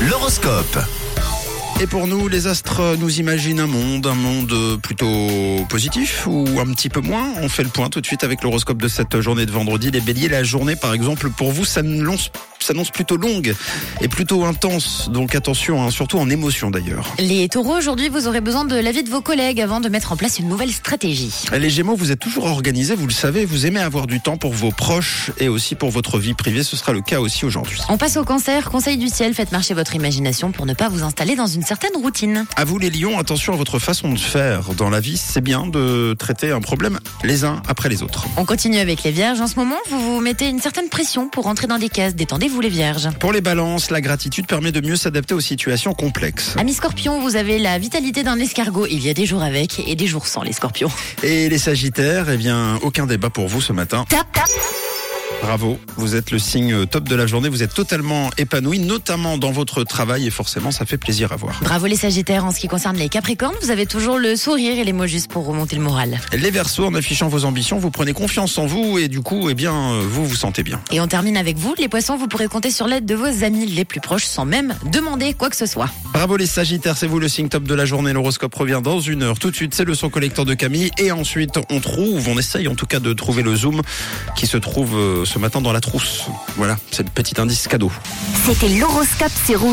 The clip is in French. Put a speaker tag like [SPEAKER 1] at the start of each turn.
[SPEAKER 1] L'horoscope.
[SPEAKER 2] Et pour nous, les astres nous imaginent un monde, un monde plutôt positif ou un petit peu moins. On fait le point tout de suite avec l'horoscope de cette journée de vendredi. Les béliers, la journée par exemple, pour vous, ça s'annonce s'annonce plutôt longue et plutôt intense. Donc attention, hein, surtout en émotion d'ailleurs.
[SPEAKER 3] Les taureaux, aujourd'hui, vous aurez besoin de l'avis de vos collègues avant de mettre en place une nouvelle stratégie.
[SPEAKER 2] Les gémeaux, vous êtes toujours organisés, vous le savez, vous aimez avoir du temps pour vos proches et aussi pour votre vie privée. Ce sera le cas aussi aujourd'hui.
[SPEAKER 3] On passe au cancer, conseil du ciel, faites marcher votre imagination pour ne pas vous installer dans une certaine routine.
[SPEAKER 2] À vous les lions, attention à votre façon de faire. Dans la vie, c'est bien de traiter un problème les uns après les autres.
[SPEAKER 3] On continue avec les vierges. En ce moment, vous vous mettez une certaine pression pour rentrer dans des cases. Détendez-vous les vierges.
[SPEAKER 2] Pour les balances, la gratitude permet de mieux s'adapter aux situations complexes.
[SPEAKER 3] Amis scorpions, vous avez la vitalité d'un escargot. Il y a des jours avec et des jours sans les scorpions.
[SPEAKER 2] Et les sagittaires, eh bien, aucun débat pour vous ce matin.
[SPEAKER 3] Tap, tap.
[SPEAKER 2] Bravo, vous êtes le signe top de la journée, vous êtes totalement épanoui, notamment dans votre travail et forcément ça fait plaisir à voir.
[SPEAKER 3] Bravo les sagittaires. En ce qui concerne les capricornes, vous avez toujours le sourire et les mots justes pour remonter le moral.
[SPEAKER 2] Les Verseaux, en affichant vos ambitions, vous prenez confiance en vous et du coup, eh bien, euh, vous vous sentez bien.
[SPEAKER 3] Et on termine avec vous. Les poissons, vous pourrez compter sur l'aide de vos amis les plus proches sans même demander quoi que ce soit.
[SPEAKER 2] Bravo les Sagittaires, c'est vous le signe top de la journée. L'horoscope revient dans une heure. Tout de suite, c'est le son collecteur de Camille et ensuite on trouve, on essaye en tout cas de trouver le zoom qui se trouve euh, ce matin dans la trousse. Voilà, c'est le petit indice cadeau.
[SPEAKER 4] C'était l'horoscope sur Rouge.